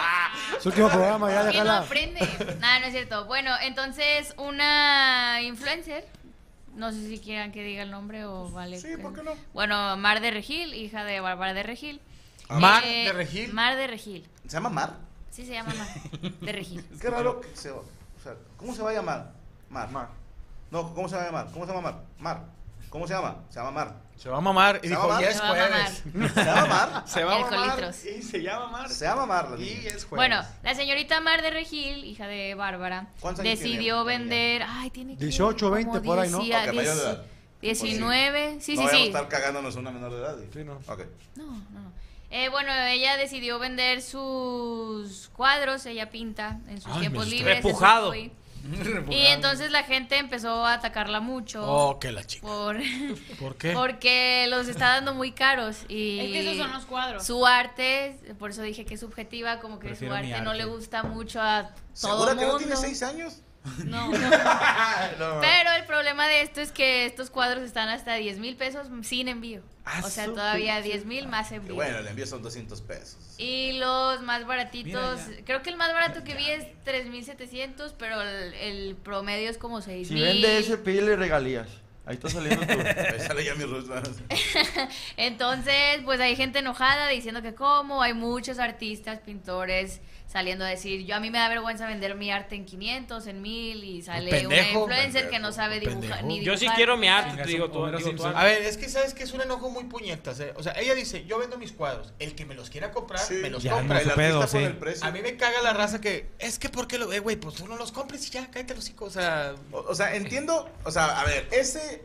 Speaker 7: Su último programa, ya
Speaker 9: Que Ah, no
Speaker 7: déjala.
Speaker 9: aprende. Nada, no es cierto. Bueno, entonces una influencer, no sé si quieran que diga el nombre o vale.
Speaker 2: Pues, Sí, ¿por qué no?
Speaker 9: Bueno, Mar de Regil, hija de Bárbara de Regil.
Speaker 8: Ah, Mar
Speaker 9: Eh,
Speaker 8: de Regil.
Speaker 9: Mar de Regil.
Speaker 2: ¿Se llama Mar?
Speaker 9: Sí se llama Mar de Regil.
Speaker 2: Qué raro que se. O sea, ¿cómo se va a llamar? Mar.
Speaker 5: Mar.
Speaker 2: No, ¿cómo se va a llamar? ¿Cómo se llama Mar? Mar. ¿Cómo se llama? Se llama Mar.
Speaker 8: Se va a mamar.
Speaker 2: Se
Speaker 8: Y
Speaker 2: va a
Speaker 8: dijo:
Speaker 2: mamar.
Speaker 8: Ya <laughs>
Speaker 9: Se
Speaker 8: es
Speaker 9: va a mamar.
Speaker 8: jueves.
Speaker 2: Se llama Mar.
Speaker 8: <laughs> Se va a
Speaker 9: El
Speaker 8: mamar.
Speaker 9: colitros.
Speaker 8: Y se llama Mar.
Speaker 2: Se llama Mar. la niña.
Speaker 8: Y es jueves.
Speaker 9: Bueno, la señorita Mar de Regil, hija de Bárbara,
Speaker 2: ¿Cuántos años
Speaker 9: decidió
Speaker 2: tiene?
Speaker 9: vender. Ay, tiene que-
Speaker 7: 18, 20
Speaker 9: como
Speaker 7: por ahí, ¿no?
Speaker 9: 10,
Speaker 2: Ok, mayor de edad.
Speaker 9: 19, sí,
Speaker 2: no
Speaker 9: sí,
Speaker 2: vayamos
Speaker 9: sí.
Speaker 2: a estar cagándonos a una menor de edad. y-
Speaker 7: Sí, no.
Speaker 2: Ok.
Speaker 9: No, no. Eh, bueno, ella decidió vender sus cuadros, ella pinta en sus
Speaker 3: Ay, me
Speaker 9: tiempos
Speaker 3: asusté.
Speaker 9: libres. en su
Speaker 1: Repujado.
Speaker 9: hobby. Y entonces la gente empezó a atacarla mucho.
Speaker 8: Oh, que la chica.
Speaker 9: Por,
Speaker 8: ¿Por qué?
Speaker 9: porque los está dando muy caros y
Speaker 6: Es que esos son los cuadros.
Speaker 9: su arte, por eso dije que es subjetiva, como que
Speaker 3: Prefiero
Speaker 9: su
Speaker 3: mi
Speaker 9: arte, no
Speaker 3: arte.
Speaker 9: le gusta mucho a todo
Speaker 2: ¿Segura
Speaker 9: el
Speaker 2: que
Speaker 9: mundo.
Speaker 2: no tiene seis años?
Speaker 9: No. Pero el problema de esto es que estos cuadros están hasta 10 mil pesos sin envío.
Speaker 3: Ah,
Speaker 9: O sea,
Speaker 3: su
Speaker 9: todavía 10 mil más
Speaker 2: Que
Speaker 9: envío.
Speaker 2: bueno, el envío son 200
Speaker 9: <laughs>
Speaker 2: pesos.
Speaker 9: Y los más baratitos,
Speaker 3: Mira ya.
Speaker 9: creo que el más barato que vi es 3.700, pero el, el promedio es como
Speaker 5: <laughs>
Speaker 9: 6.000.
Speaker 5: Si vende ese, pídele regalías. Ahí está saliendo <laughs> tú.
Speaker 2: Ahí sale ya mi Ruth,
Speaker 9: <laughs>
Speaker 2: ¿verdad?
Speaker 9: Entonces, pues hay gente enojada diciendo que cómo, hay muchos artistas, pintores saliendo a decir, yo a mí me da vergüenza vender mi arte en 500, en 1000 y sale
Speaker 8: pendejo.
Speaker 9: una influencer que no sabe
Speaker 8: Pendejo.
Speaker 9: dibujar ni
Speaker 1: Yo sí
Speaker 9: dibujar.
Speaker 1: quiero mi arte,
Speaker 3: Homero
Speaker 1: digo, tú,
Speaker 3: Simpson.
Speaker 1: digo, tú,
Speaker 8: A ver, es que sabes que es un enojo muy puñetas. eh. O sea, ella dice: Yo vendo mis cuadros. El que me los quiera comprar,
Speaker 2: Sí.
Speaker 8: me los
Speaker 3: Ya,
Speaker 8: compra.
Speaker 3: no
Speaker 2: El
Speaker 3: su
Speaker 2: artista
Speaker 3: pedo,
Speaker 2: pone
Speaker 3: sí.
Speaker 2: el precio.
Speaker 8: A mí me caga la raza que. Es que, ¿por qué lo.? Eh, güey, pues tú no los compres y ya, cállate los hijos. O sea.
Speaker 2: O, o sea, entiendo. O sea, a ver, ese.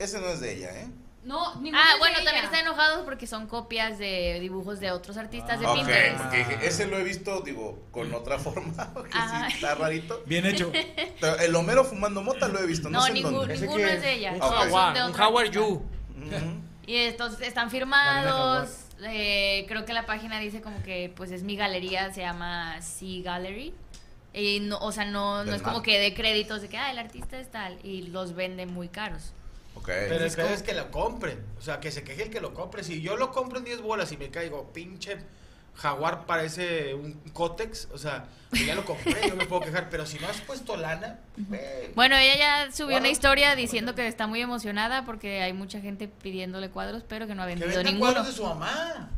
Speaker 2: Ese no es de ella, ¿eh?
Speaker 6: No, ninguno
Speaker 9: Ah,
Speaker 6: es
Speaker 9: bueno,
Speaker 6: de
Speaker 9: también
Speaker 6: ella.
Speaker 9: están enojados porque son copias de dibujos de otros artistas de
Speaker 2: Ah, Ok,
Speaker 9: Pinterest.
Speaker 2: porque dije, ese lo he visto, digo, con otra <laughs> forma. Que
Speaker 9: Ajá.
Speaker 2: sí, está rarito.
Speaker 3: Bien hecho.
Speaker 2: Pero el Homero fumando mota lo he visto, no,
Speaker 9: No,
Speaker 2: sé en
Speaker 9: ningún-
Speaker 2: dónde.
Speaker 9: ninguno
Speaker 5: que-
Speaker 9: es de ella.
Speaker 5: un
Speaker 9: todos son de
Speaker 1: Jaguar, un
Speaker 9: otra
Speaker 1: Jaguar
Speaker 9: persona.
Speaker 1: You.
Speaker 2: Ujú.
Speaker 9: Y estos están firmados. eh, creo que la página dice como que pues es mi galería, se llama Sea Gallery. Y no, o sea, no,
Speaker 2: Del
Speaker 9: no es como
Speaker 2: mar.
Speaker 9: que de créditos de que ah, el artista es tal y los vende muy caros.
Speaker 2: Ok.
Speaker 8: Pero el pedo es que lo compren. O sea, que se queje el que lo compre. Si yo lo compro en 10 bolas y me caigo, pinche Jaguar parece un cótex, o sea, pues ya lo compré, yo me puedo quejar, pero si no has puesto lana, ve.
Speaker 9: Bueno, ella ya subió una
Speaker 8: Cuadros.
Speaker 9: historia diciendo que está muy emocionada porque hay mucha gente pidiéndole cuadros, pero que no ha
Speaker 8: que
Speaker 9: vendido
Speaker 8: venda
Speaker 9: ninguno.
Speaker 8: cuadros de su mamá.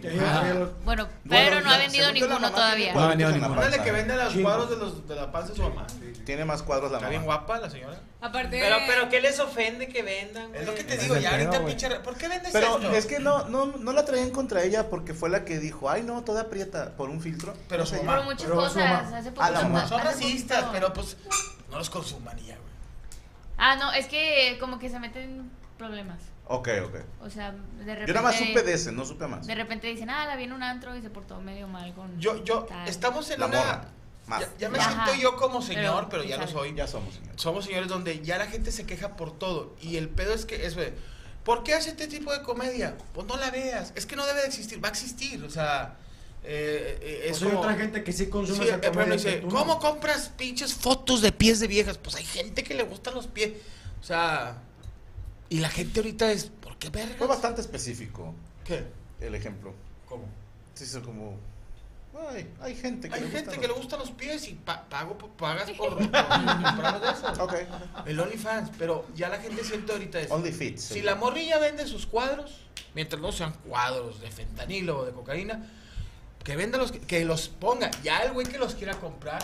Speaker 9: Bueno,
Speaker 2: Bueno,
Speaker 9: pero no ha
Speaker 2: la-
Speaker 9: vendido
Speaker 2: según yo, la
Speaker 9: ninguno
Speaker 2: mamá
Speaker 9: todavía.
Speaker 2: tiene cuadritos
Speaker 3: No, ni-
Speaker 2: en la
Speaker 3: ni-
Speaker 2: panza.
Speaker 8: Órale que vende los
Speaker 7: Chingo.
Speaker 8: cuadros de, los, de la panza de su mamá.
Speaker 2: Tiene más cuadros la
Speaker 8: Está bien
Speaker 2: mamá.
Speaker 8: guapa la señora.
Speaker 10: Aparte.
Speaker 1: Pero, pero, ¿qué les ofende que vendan?
Speaker 8: Es lo
Speaker 1: güey?
Speaker 8: que te digo,
Speaker 7: el
Speaker 8: ya
Speaker 7: pedo,
Speaker 8: ahorita
Speaker 7: güey.
Speaker 8: pinche. re- ¿Por qué vendes
Speaker 2: Pero
Speaker 8: esto?
Speaker 2: es que no, no, no la traían contra ella porque fue la que dijo, ay no, toda prieta por un filtro.
Speaker 8: Pero
Speaker 2: No sé
Speaker 8: su
Speaker 2: yo.
Speaker 9: Por
Speaker 8: mamá.
Speaker 9: muchas
Speaker 7: pero su mamá-
Speaker 9: cosas. Hace
Speaker 2: a la
Speaker 9: poquito-
Speaker 2: mamá.
Speaker 9: hace
Speaker 8: Son racistas,
Speaker 9: poquito-
Speaker 8: pero pues no los consuman y ya, güey.
Speaker 9: Ah, no, es que eh, como que se meten problemas.
Speaker 2: Ok, ok.
Speaker 9: O sea, de repente.
Speaker 2: Yo nada más supe de ese, no supe más.
Speaker 9: De repente dicen, ah, la vi en un antro y se portó medio mal con.
Speaker 8: Yo, yo,
Speaker 9: tal".
Speaker 8: estamos en
Speaker 2: La
Speaker 8: una.
Speaker 2: morra. Más.
Speaker 8: Ya, ya me
Speaker 2: más.
Speaker 9: Ajá.
Speaker 8: siento yo como señor,
Speaker 9: Pero,
Speaker 8: pero, ya no
Speaker 9: quizá.
Speaker 8: soy.
Speaker 2: Ya somos, señor.
Speaker 8: Somos señores donde ya la gente se queja por todo. Y el pedo es que es, güey, ¿por qué hace este tipo de comedia? Pues no la veas. Es que no debe de existir, va a existir. O sea, eh, eh, es
Speaker 7: Pues hay
Speaker 8: como-
Speaker 7: otra gente que sí consume
Speaker 8: Sí,
Speaker 7: esa
Speaker 8: eh, pero
Speaker 7: comedia
Speaker 8: dice,
Speaker 7: que tú no.
Speaker 8: ¿cómo compras pinches fotos de pies de viejas? Pues hay gente que le gustan los pies. O sea, y la gente ahorita es, ¿por qué
Speaker 2: Fue
Speaker 8: verga?
Speaker 2: bastante específico
Speaker 8: ¿Qué?
Speaker 2: el ejemplo.
Speaker 8: ¿Cómo?
Speaker 2: Se hizo como, ay, hay gente que
Speaker 8: Hay
Speaker 2: le
Speaker 8: gente
Speaker 2: gustan
Speaker 8: que le
Speaker 2: los-
Speaker 8: gustan los pies y pa- pago, por- pagas por, por comprar de esos.
Speaker 2: Ok.
Speaker 8: El OnlyFans, pero ya la gente siente ahorita es.
Speaker 2: Only fit.
Speaker 8: Si la morrilla vende sus cuadros, mientras no sean cuadros de fentanilo o de cocaína, que venda los que, que los ponga. Ya el güey que los quiera comprar.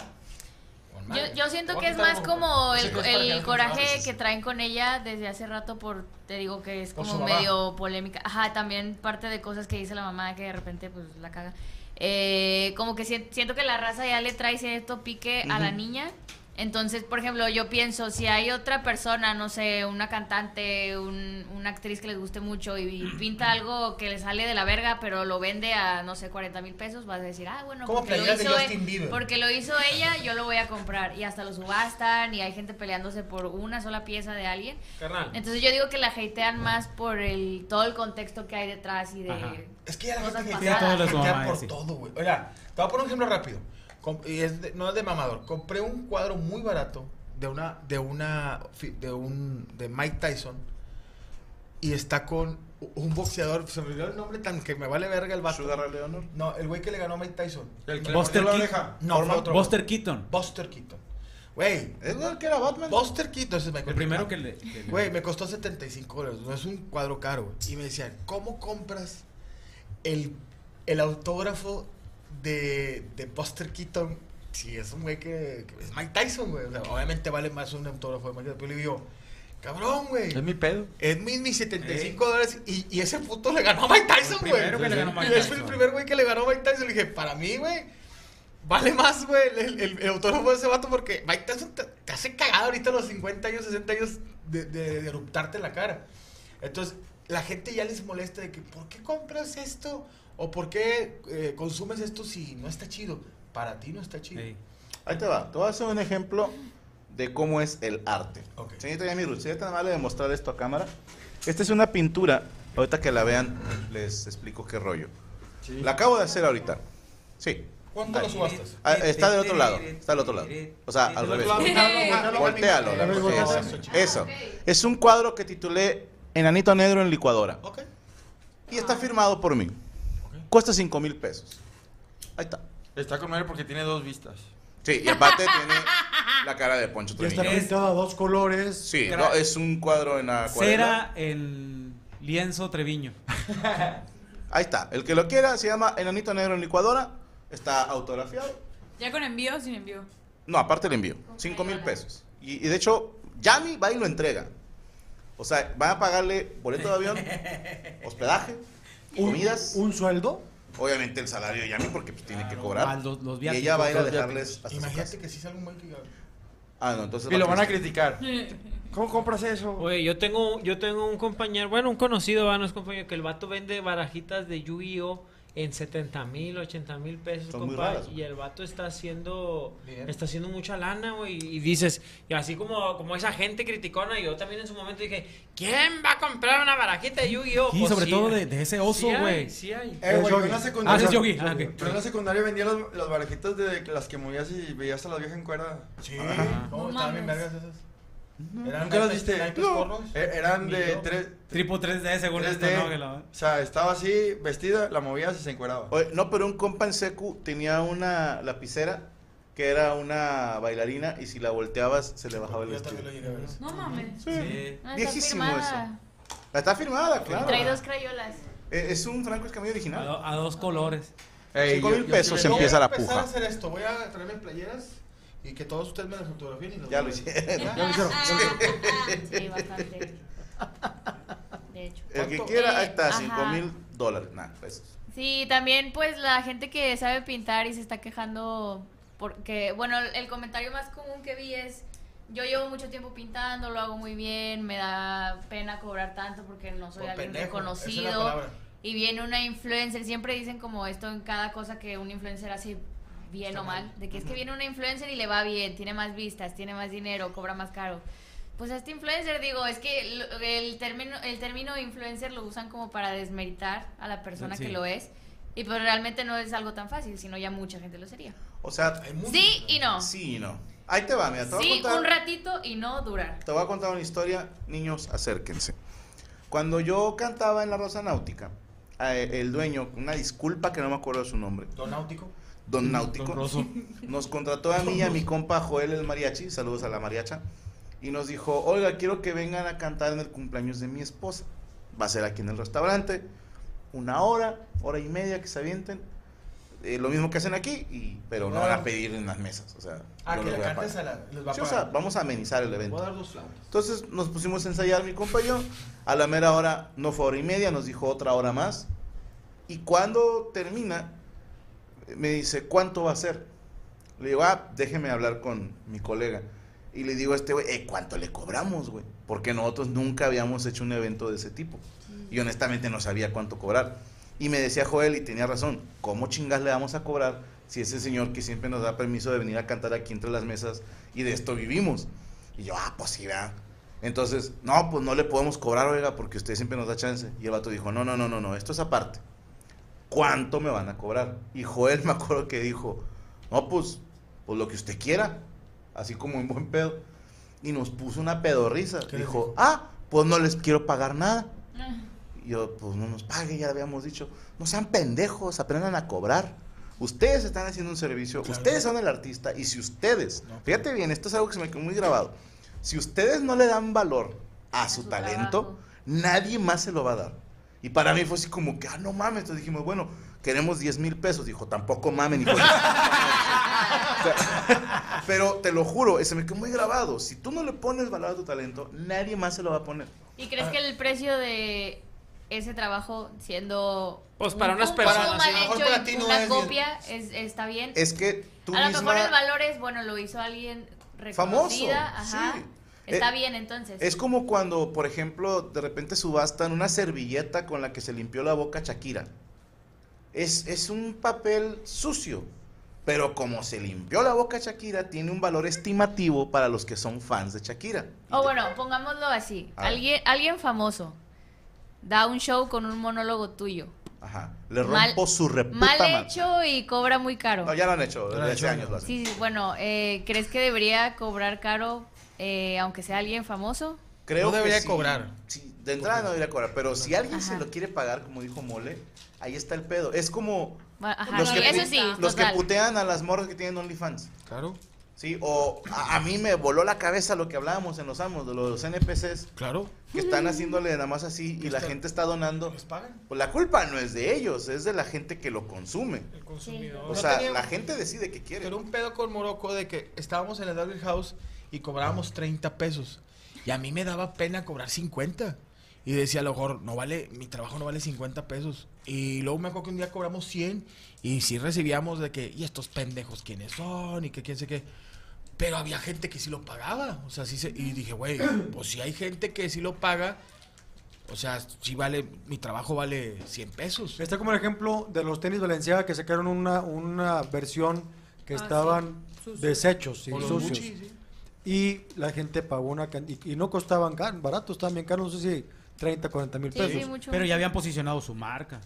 Speaker 8: con madre.
Speaker 9: Yo, yo siento
Speaker 8: Te voy
Speaker 9: que
Speaker 8: a
Speaker 9: es
Speaker 8: quitar
Speaker 9: más
Speaker 8: uno.
Speaker 9: como el,
Speaker 8: Sí, pues, para
Speaker 9: el
Speaker 8: que no te
Speaker 9: coraje
Speaker 8: enojes.
Speaker 9: que traen con ella desde hace rato por, te digo que es
Speaker 8: Por
Speaker 9: como
Speaker 8: su mamá.
Speaker 9: medio polémica. Ajá, también parte de cosas que dice la mamá que de repente pues la caga. Eh, como que si- siento que la raza ya le trae cierto pique a la niña. Entonces, por ejemplo, yo pienso, si hay otra persona, no sé, una cantante, un- una actriz que les guste mucho y, y pinta algo que le sale de la verga, pero lo vende a, no sé, 40 mil pesos, vas a decir, ah, bueno,
Speaker 8: Como
Speaker 9: porque lo
Speaker 8: playeras de
Speaker 9: hizo,
Speaker 8: Justin
Speaker 9: eh,
Speaker 8: Bieber.
Speaker 9: porque que lo hizo ella, yo lo voy a comprar. Y hasta lo subastan y hay gente peleándose por una sola pieza de alguien.
Speaker 1: Carnal.
Speaker 9: Entonces yo digo que la hatean más por el todo el contexto que hay detrás y de...
Speaker 3: Ajá.
Speaker 8: Es que ya la
Speaker 9: Cosas
Speaker 8: gente
Speaker 9: pasadas.
Speaker 8: hatea-
Speaker 3: Ya todos los
Speaker 8: hatea
Speaker 3: mamás,
Speaker 8: por
Speaker 3: sí.
Speaker 8: todo, güey. Oiga, te voy a poner un ejemplo rápido. Com- y es de- no es de mamador. Compré un cuadro muy barato de una de una fi- de un de Mike Tyson y está con u- un boxeador, se me olvidó el nombre tan que me vale verga el vato.
Speaker 2: Sugar Ray Leonor.
Speaker 8: No, el güey que le ganó a Mike Tyson.
Speaker 5: El que le
Speaker 3: Buster
Speaker 5: mordió la
Speaker 3: Keaton.
Speaker 5: oreja.
Speaker 8: No, fue otro güey.
Speaker 3: Buster Keaton.
Speaker 8: Buster Keaton. Güey,
Speaker 2: ¿Es el que era Batman?
Speaker 8: Buster Keaton ese es Michael
Speaker 3: El primero
Speaker 8: Keaton.
Speaker 3: que le. que le-
Speaker 8: Güey, me costó 75 dólares. No es un cuadro caro. güey. Y me decían, ¿cómo compras el, el autógrafo de, de Buster Keaton? Si es un güey que, que es Mike Tyson, güey. O sea, obviamente vale más un autógrafo de Mike Tyson. Pero le digo, cabrón, güey.
Speaker 5: Es mi pedo.
Speaker 8: Es mis, mis 75 dólares y, y ese puto le ganó a Mike Tyson,
Speaker 3: El
Speaker 8: güey.
Speaker 3: primero que le ganó a Mike
Speaker 8: Y ese fue el
Speaker 3: Tyson.
Speaker 8: primer güey que le ganó a Mike Tyson. Le dije, para mí, güey, vale más, güey, el, el, el autógrafo de ese vato porque Mike Tyson te, te hace cagada ahorita a los 50 años, 60 años de, de, de eruptarte en la cara. Entonces, la gente ya les molesta de que, ¿por qué compras esto? ¿O por qué eh, consumes esto si no está chido? Para ti no está chido.
Speaker 3: Sí.
Speaker 2: Ahí te va. Te voy a hacer un ejemplo de cómo es el arte.
Speaker 8: Ok.
Speaker 2: Señorita Yamiru, sería tan amable de mostrar esto a cámara. Esta es una pintura. Ahorita que la vean, les explico qué rollo. La acabo de hacer ahorita. Sí.
Speaker 8: ¿Cuánto lo subastas?
Speaker 2: Ah, está del otro lado. Está del otro lado. O sea, al revés.
Speaker 8: Ah,
Speaker 2: Voltealo. la
Speaker 7: Al
Speaker 2: volteas.
Speaker 7: revés,
Speaker 2: Eso. Es un cuadro que titulé Enanito Negro en licuadora.
Speaker 8: Ok.
Speaker 2: Y está firmado por mí. Cuesta 5 mil pesos. Ahí está.
Speaker 5: Está con madre porque tiene dos vistas.
Speaker 2: Sí, y aparte tiene la cara de Poncho
Speaker 7: Ya está
Speaker 2: Trujillo.
Speaker 3: Es-
Speaker 7: pintado a dos colores.
Speaker 2: Sí,
Speaker 3: Cra-
Speaker 2: no, es un cuadro en acuarela.
Speaker 3: Cera en lienzo Treviño.
Speaker 2: Ahí está. El que lo quiera se llama Enanito Negro en licuadora. Está autografiado.
Speaker 10: ¿Ya con envío o sin envío?
Speaker 2: No, aparte le envío. 5 mil pesos. Y, y de hecho, Yami va y lo entrega. O sea, van a pagarle boleto de avión, hospedaje, comidas.
Speaker 7: Un sueldo.
Speaker 2: Obviamente el salario de Yami porque pues, tiene que
Speaker 3: Ah,
Speaker 2: cobrar.
Speaker 3: los- los
Speaker 2: y ella va a ir a
Speaker 5: viáticos, los
Speaker 2: dejarles hasta su casa.
Speaker 8: Imagínate que si salga un güey que...
Speaker 2: Ah, no, entonces
Speaker 5: Y lo
Speaker 2: va
Speaker 5: van a
Speaker 2: triste.
Speaker 5: criticar. ¿Cómo compras eso?
Speaker 1: Oye, yo tengo, yo tengo un compañero, bueno, un conocido, ¿va? no es compañero, que el vato vende barajitas de Yu-Gi-Oh! en 70 mil, 80 mil pesos,
Speaker 2: Son muy
Speaker 1: compa,
Speaker 2: raras, güey.
Speaker 1: y el vato está haciendo,
Speaker 8: Bien.
Speaker 1: está haciendo mucha lana, güey, y dices, y así como, como esa gente criticona, yo también en su momento dije, ¿quién va a comprar una barajita de Yu-Gi-Oh?
Speaker 3: Y
Speaker 1: Pues
Speaker 3: sobre
Speaker 1: sí,
Speaker 3: todo
Speaker 1: güey.
Speaker 3: de, de ese oso,
Speaker 1: Sí hay,
Speaker 3: güey.
Speaker 1: Sí hay.
Speaker 5: Eh, güey,
Speaker 7: Es
Speaker 5: yo
Speaker 7: yogi.
Speaker 5: en la
Speaker 3: Ah,
Speaker 5: secundaria.
Speaker 3: es yogi. Ah, ok.
Speaker 5: Pero en la secundaria vendía las, las barajitas de las que movías y veías a la vieja en cuerda.
Speaker 8: Sí,
Speaker 10: No
Speaker 8: no, estaban bien
Speaker 10: mames.
Speaker 8: vergas esas.
Speaker 5: ¿Nunca los viste? No. Eh, Eran
Speaker 3: Ni
Speaker 5: de
Speaker 3: yo.
Speaker 5: tres...
Speaker 3: Tipo 3D, según esto,
Speaker 5: 3D.
Speaker 3: este ¿no? Que la-
Speaker 5: O sea, estaba así, vestida, la movías y se encueraba.
Speaker 2: Oye, no, pero un compa en secu tenía una lapicera que era una bailarina y si la volteabas se le bajaba el vestido.
Speaker 9: No mames.
Speaker 3: Sí.
Speaker 9: No, está
Speaker 2: Viejísimo
Speaker 9: firmada.
Speaker 2: Está firmada, claro.
Speaker 9: Trae dos crayolas.
Speaker 2: Eh, Es un Franco Escamillo
Speaker 3: A,
Speaker 2: original.
Speaker 3: do- a dos colores.
Speaker 2: Ey, Cinco yo- mil yo pesos quiero- se empieza
Speaker 4: Voy a
Speaker 2: la
Speaker 4: empezar
Speaker 2: puja.
Speaker 4: a hacer esto. Voy a traerme playeras y que todos ustedes me las fotografíen. y las
Speaker 2: Ya
Speaker 4: voy
Speaker 2: lo
Speaker 4: a-
Speaker 2: hicieron.
Speaker 4: ¿Eh?
Speaker 9: <laughs>
Speaker 4: Ya lo hicieron.
Speaker 9: Sí, bastante. De hecho.
Speaker 2: El que quiera, ahí está,
Speaker 9: Eh,
Speaker 2: 5
Speaker 9: ajá.
Speaker 2: mil dólares. Nah, pesos.
Speaker 9: Sí, también pues la gente que sabe pintar y se está quejando porque, bueno, el comentario más común que vi es, yo llevo mucho tiempo pintando, lo hago muy bien, me da pena cobrar tanto porque no soy
Speaker 4: Por
Speaker 9: alguien
Speaker 4: pendejo, esa es la
Speaker 9: reconocido.
Speaker 4: palabra.
Speaker 9: Y viene una influencer, siempre dicen como esto en cada cosa que un influencer hace bien o mal, de que es que viene una influencer y le va bien, tiene más vistas, tiene más dinero, cobra más caro. Pues a este influencer digo, es que el, el término el término influencer lo usan como para desmeritar a la persona
Speaker 3: Sí.
Speaker 9: que lo es. Y pues realmente no es algo tan fácil, sino ya mucha gente lo sería.
Speaker 2: O sea,
Speaker 9: Sí y no. Sí,
Speaker 2: sí y no. Ahí te va, mira. Te voy a contar-
Speaker 9: un ratito y no durar.
Speaker 2: Te voy a contar una historia, niños, acérquense. Cuando yo cantaba en la Rosa Náutica, eh, el dueño, una disculpa que no me acuerdo de su nombre,
Speaker 4: Don Náutico.
Speaker 2: Don Náutico,
Speaker 3: Don Rosso.
Speaker 2: nos contrató a mí y a mi compa Joel el mariachi, saludos a la mariacha, y nos dijo, oiga, quiero que vengan a cantar en el cumpleaños de mi esposa. Va a ser aquí en el restaurante, una hora, hora y media que se avienten. Eh, lo mismo que hacen aquí, y, pero no van a pedir en las mesas. O sea,
Speaker 4: Ah,
Speaker 2: yo
Speaker 4: que la
Speaker 2: les voy a
Speaker 4: cantes a
Speaker 2: pagar.
Speaker 4: la. Les va a
Speaker 2: Sí, o sea,
Speaker 4: pagar.
Speaker 2: vamos a amenizar el evento.
Speaker 4: Voy a dar dos flautas.
Speaker 2: Entonces nos pusimos a ensayar mi compañero. A la mera hora, no fue hora y media, nos dijo otra hora más. Y cuando termina, me dice, ¿cuánto va a ser? Le digo, ah, déjeme hablar con mi colega. Y le digo a este güey, "Eh, ¿cuánto le cobramos, güey? Porque nosotros nunca habíamos hecho un evento de ese tipo. Y honestamente no sabía cuánto cobrar. Y me decía Joel, y tenía razón, ¿cómo chingas le vamos a cobrar si ese señor que siempre nos da permiso de venir a cantar aquí entre las mesas y de esto vivimos? Y yo, ah, pues sí, ¿verdad? Entonces, no, pues no le podemos cobrar, oiga, porque usted siempre nos da chance. Y el vato dijo, no, no, no, no, no, esto es aparte. ¿Cuánto me van a cobrar? Y Joel <laughs> me acuerdo que dijo, no, pues, pues lo que usted quiera. Así como en buen pedo. Y nos puso una pedorrisa. Dijo,
Speaker 4: les dijo?
Speaker 2: ah, pues no les quiero pagar nada. Y yo, pues no nos pague, ya lo habíamos dicho. No sean pendejos, aprendan a cobrar. Ustedes están haciendo un servicio, ustedes son el artista y si ustedes, fíjate bien, esto es algo que se me quedó muy grabado, si ustedes no le dan valor a, su,
Speaker 9: su
Speaker 2: talento,
Speaker 9: trabajo.
Speaker 2: nadie más se lo va a dar. Y para mí fue así como que, ah, no mames, entonces dijimos, bueno, queremos 10 mil pesos, dijo, <laughs> tampoco mamen, hijo de- O sea, pero te lo juro, se me quedó muy grabado, si tú no le pones valor a tu talento, nadie más se lo va a poner.
Speaker 9: ¿Y crees que el precio de ese trabajo siendo
Speaker 1: Pues
Speaker 9: un-
Speaker 1: para unas
Speaker 9: un poco
Speaker 1: personas,
Speaker 9: mal
Speaker 1: a lo mejor
Speaker 9: hecho y
Speaker 1: para ti no
Speaker 9: una
Speaker 1: es bien.
Speaker 9: copia es- está bien?
Speaker 2: Es que tú
Speaker 9: a lo
Speaker 2: misma...
Speaker 9: mejor el valor es, bueno, lo hizo alguien
Speaker 2: Famoso,
Speaker 9: reconocida, ajá.
Speaker 2: sí.
Speaker 9: Está
Speaker 2: Eh,
Speaker 9: bien entonces.
Speaker 2: Es como cuando, por ejemplo, de repente subastan una servilleta con la que se limpió la boca Shakira. Es, es un papel sucio, pero como se limpió la boca Shakira, tiene un valor estimativo para los que son fans de Shakira.
Speaker 9: O Oh, bueno, pongámoslo así.
Speaker 2: A ver.
Speaker 9: Alguien, alguien famoso da un show con un monólogo tuyo.
Speaker 2: Ajá. Le rompo
Speaker 9: Mal-
Speaker 2: su reputa
Speaker 9: Mal
Speaker 2: madre.
Speaker 9: hecho y cobra muy caro.
Speaker 2: No, ya lo han hecho,
Speaker 4: lo han
Speaker 2: desde hace
Speaker 4: hecho.
Speaker 2: años lo hacen.
Speaker 9: Sí, sí, bueno, eh, ¿crees que debería cobrar caro eh, aunque sea alguien famoso?
Speaker 2: Creo
Speaker 4: No debería
Speaker 2: que sí,
Speaker 4: cobrar.
Speaker 2: sí, de entrada no debería cobrar, pero si alguien se
Speaker 9: Ajá.
Speaker 2: lo quiere pagar, como dijo Mole, ahí está el pedo. Es como
Speaker 9: Bueno, Ajá,
Speaker 2: los,
Speaker 9: sí,
Speaker 2: que,
Speaker 9: eso
Speaker 2: pu-
Speaker 9: sí,
Speaker 2: los que
Speaker 9: total.
Speaker 2: putean a las morras que tienen OnlyFans.
Speaker 4: Claro.
Speaker 2: Sí, o a, a mí me voló la cabeza lo que hablábamos en los amos, de los NPCs
Speaker 4: Claro.
Speaker 2: que están haciéndole nada más así y la gente está donando.
Speaker 4: ¿Les pagan?
Speaker 2: Pues la culpa no es de ellos, es de la gente que lo consume.
Speaker 1: El consumidor.
Speaker 2: O
Speaker 4: No
Speaker 2: sea,
Speaker 4: tenía-
Speaker 2: la gente decide qué quiere.
Speaker 4: Pero un pedo con Morocco de que estábamos en el Darwin House y cobrábamos 30 pesos. Y a mí me daba pena cobrar 50. Y decía, a lo mejor, no vale, mi trabajo no vale 50 pesos. Y luego me acuerdo que un día cobramos 100 y sí recibíamos de que, ¿y estos pendejos quiénes son? Y que quién sé qué. Pero había gente que sí lo pagaba. O sea, sí se, y dije, güey, pues si hay gente que sí lo paga, o sea, sí vale, mi trabajo vale 100 pesos.
Speaker 7: Está como el ejemplo de los tenis Valenciaga que sacaron una, una versión que
Speaker 10: Ah,
Speaker 7: estaban
Speaker 10: sí. Sucios.
Speaker 7: desechos y
Speaker 4: O los
Speaker 7: sucios.
Speaker 4: Gucci, sí.
Speaker 7: Y la gente pagó una cantidad. Y, y no costaban car- baratos, estaban bien caros, no sé si 30, 40 mil
Speaker 9: Sí,
Speaker 7: pesos.
Speaker 9: sí, mucho.
Speaker 3: Pero ya habían posicionado su marca.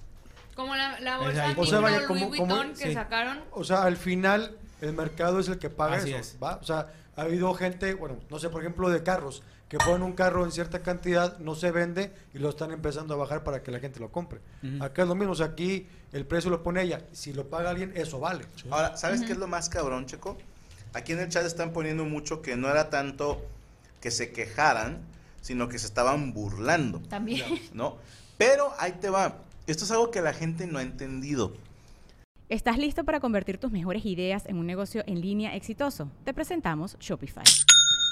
Speaker 10: Como la, la
Speaker 3: Es
Speaker 10: bolsa
Speaker 3: ahí.
Speaker 10: tipo
Speaker 3: O sea,
Speaker 7: vaya,
Speaker 10: Louis
Speaker 7: como- como-
Speaker 10: Vuitton que
Speaker 7: sí.
Speaker 10: sacaron.
Speaker 7: O sea, al final el mercado es el que paga
Speaker 3: Así
Speaker 7: eso,
Speaker 3: es.
Speaker 7: ¿va? O sea, ha habido gente, bueno, no sé, por ejemplo, de carros, que ponen un carro en cierta cantidad, no se vende y lo están empezando a bajar para que la gente lo compre.
Speaker 2: Ujú.
Speaker 7: Acá es lo mismo, o sea, aquí el precio lo pone ella, si lo paga alguien, eso vale.
Speaker 2: Ahora, ¿sabes qué es lo más cabrón, Checo? Aquí en el chat están poniendo mucho que no era tanto que se quejaran, sino que se estaban burlando.
Speaker 11: También.
Speaker 2: ¿No? Pero ahí te va. Esto es algo que la gente no ha entendido.
Speaker 12: ¿Estás listo para convertir tus mejores ideas en un negocio en línea exitoso? Te presentamos Shopify.
Speaker 9: <laughs>